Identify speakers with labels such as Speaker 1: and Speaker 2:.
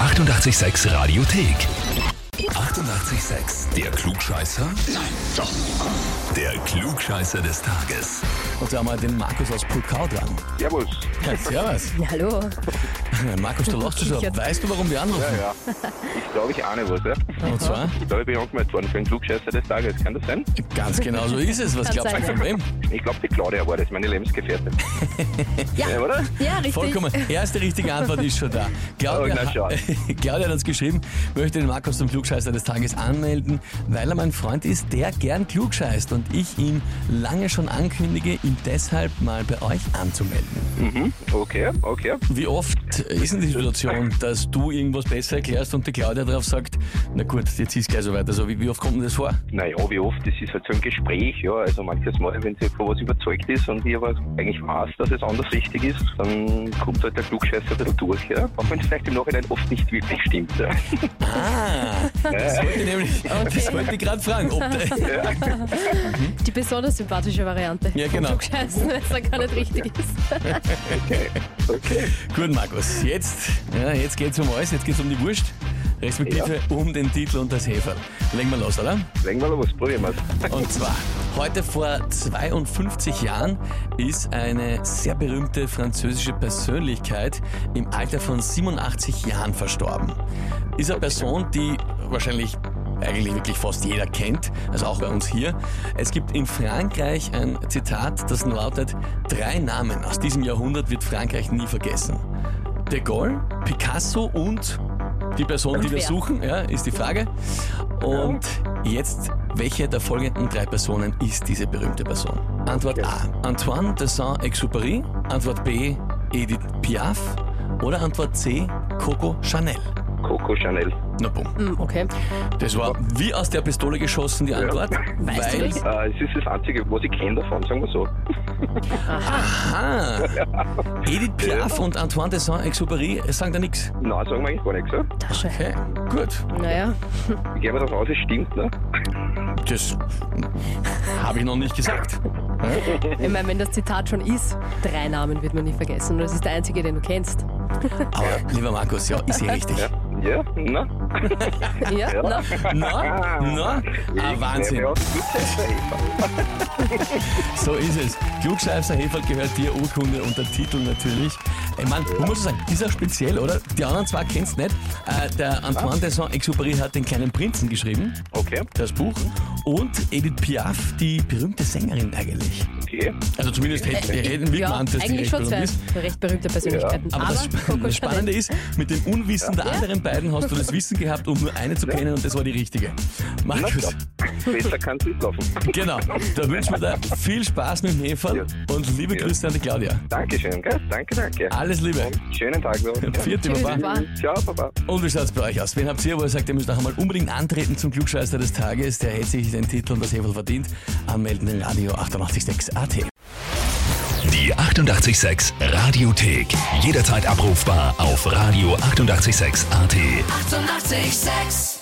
Speaker 1: 886 Radiothek. 88,6. Der Klugscheißer? Nein, doch. Der Klugscheißer des Tages.
Speaker 2: Und da haben wir den Markus aus Pulkau dran.
Speaker 3: Servus.
Speaker 2: Ja, servus.
Speaker 4: Ja, hallo.
Speaker 2: Markus, du lachst schon. Weißt du, warum wir
Speaker 3: Ja,
Speaker 2: anrufen?
Speaker 3: ja. Ich glaube, ich ahne was, ja.
Speaker 2: Und zwar,
Speaker 3: Ich glaube, ich bin angemeldet worden für den Klugscheißer des Tages. Kann das sein?
Speaker 2: ganz genau so ist es. Was
Speaker 4: Kann
Speaker 2: glaubst du
Speaker 4: sein,
Speaker 2: von wem?
Speaker 3: Ich glaube, die Claudia war das, meine Lebensgefährtin.
Speaker 4: Ja.
Speaker 3: oder?
Speaker 4: Ja, richtig.
Speaker 2: Vollkommen. Erste richtige Antwort ist schon da. Claudia,
Speaker 3: Oh, na schau.
Speaker 2: Claudia hat uns geschrieben, möchte den Markus zum Klugscheißer des Tages anmelden, weil er mein Freund ist, der gern klugscheißt und ich ihm lange schon ankündige, ihn deshalb mal bei euch anzumelden.
Speaker 3: Mhm. Okay, okay.
Speaker 2: Wie oft ist denn die Situation, dass du irgendwas besser erklärst und die Claudia drauf sagt, na gut, jetzt ist gleich soweit. Also wie, wie oft kommt denn das vor?
Speaker 3: Naja, wie oft, das ist halt so ein Gespräch, ja. Also manches Mal, wenn sie von was überzeugt ist und ich aber eigentlich weiß, dass es anders richtig ist, dann kommt halt der Klugscheißer ein bisschen durch, ja. Auch wenn es vielleicht im Nachhinein oft nicht wirklich stimmt, ja.
Speaker 2: Ah, das wollte ich nämlich, das wollte ich gerade fragen. Ob der,
Speaker 4: Die besonders sympathische Variante.
Speaker 2: Ja, genau.
Speaker 4: Vom Klugscheißen, wenn es dann gar nicht richtig ist.
Speaker 3: Okay.
Speaker 2: Gut, Markus, jetzt, ja, jetzt geht's um alles, jetzt geht's um die Wurst, respektive um den Titel und das Heferl. Legen wir los, oder?
Speaker 3: Legen wir mal was, probieren wir
Speaker 2: Und zwar, heute vor 52 Jahren ist eine sehr berühmte französische Persönlichkeit im Alter von 87 Jahren verstorben. Ist eine Person, die wahrscheinlich eigentlich wirklich fast jeder kennt, also auch bei uns hier. Es gibt in Frankreich ein Zitat, das lautet, drei Namen aus diesem Jahrhundert wird Frankreich nie vergessen. De Gaulle, Picasso und die Person, die wir
Speaker 4: wer?
Speaker 2: suchen, ja, ist die Frage. Und jetzt, welche der folgenden drei Personen ist diese berühmte Person? Antwort A. Antoine de Saint-Exupéry. Antwort B. Edith Piaf. Oder Antwort C. Coco Chanel.
Speaker 3: Coco Chanel.
Speaker 2: Na bumm.
Speaker 4: Hm, okay.
Speaker 2: Das war wie aus der Pistole geschossen, die Antwort.
Speaker 4: Weißt du
Speaker 2: weil,
Speaker 4: das?
Speaker 3: Äh, es ist das Einzige, was ich kenne davon, sagen wir so.
Speaker 4: Ah,
Speaker 2: aha, Edith Piaf und Antoine de Saint-Exupéry sagen da nichts.
Speaker 3: Nein, sagen wir eigentlich gar nichts, ja.
Speaker 4: Tasche.
Speaker 2: Okay, gut.
Speaker 4: Naja,
Speaker 3: Ich gehe mal davon aus, es stimmt, ne?
Speaker 2: Das habe ich noch nicht gesagt.
Speaker 4: ich meine, wenn das Zitat schon ist, drei Namen wird man nie vergessen. Und das ist der einzige, den du kennst.
Speaker 2: Aber lieber Markus, ja, ist eh richtig.
Speaker 3: Ja, ja, na,
Speaker 4: Ja?
Speaker 3: Ja.
Speaker 4: Na,
Speaker 2: Na, na, ah, Wahnsinn.
Speaker 3: Ja, ja.
Speaker 2: So ist es. Klugscheißer Heferl gehört dir, Urkunde und der Titel natürlich. Ich meine, man muss sagen, dieser speziell, oder? Die anderen zwei kennst nicht. Äh, der Antoine de Saint-Exupéry hat den kleinen Prinzen geschrieben,
Speaker 3: Okay,
Speaker 2: das Buch. Und Edith Piaf, die berühmte Sängerin eigentlich.
Speaker 3: okay.
Speaker 2: Also zumindest hätten, hätten wir
Speaker 4: Äh, ja,
Speaker 2: gemeint, dass die
Speaker 4: eigentlich
Speaker 2: recht
Speaker 4: schon
Speaker 2: berühmt
Speaker 4: zwei
Speaker 2: ist.
Speaker 4: recht berühmte Persönlichkeiten.
Speaker 2: Aber, das, Sp-
Speaker 4: Coco
Speaker 2: das Spannende
Speaker 4: Chanel.
Speaker 2: ist, mit dem Unwissen der anderen beiden hast du das Wissen gehabt, um nur eine zu kennen und das war die richtige.
Speaker 3: Na
Speaker 2: Markus.
Speaker 3: klar. Besser kann es nicht laufen.
Speaker 2: Genau, da wünschen wir dir viel Spaß mit dem Heferl
Speaker 3: Ja.
Speaker 2: und liebe
Speaker 3: Ja.
Speaker 2: Grüße an die Claudia.
Speaker 3: Dankeschön, gell? Danke, danke.
Speaker 2: Alles Liebe.
Speaker 3: Schönen Tag noch.
Speaker 2: Vierte
Speaker 4: Tschüss,
Speaker 2: Baba.
Speaker 4: Baba.
Speaker 3: Ciao, Papa.
Speaker 2: Und wie schaut's bei euch aus? Wen habt ihr, wo ihr sagt, ihr müsst nachher mal unbedingt antreten zum Klugscheißer des Tages? Der hätte sich den Titel und das Heferl verdient. Anmelden in Radio 886 AT.
Speaker 1: Die 88,6 Radiothek. Jederzeit abrufbar auf radio886.at. 88,6.
Speaker 5: Eighty-eight, sex.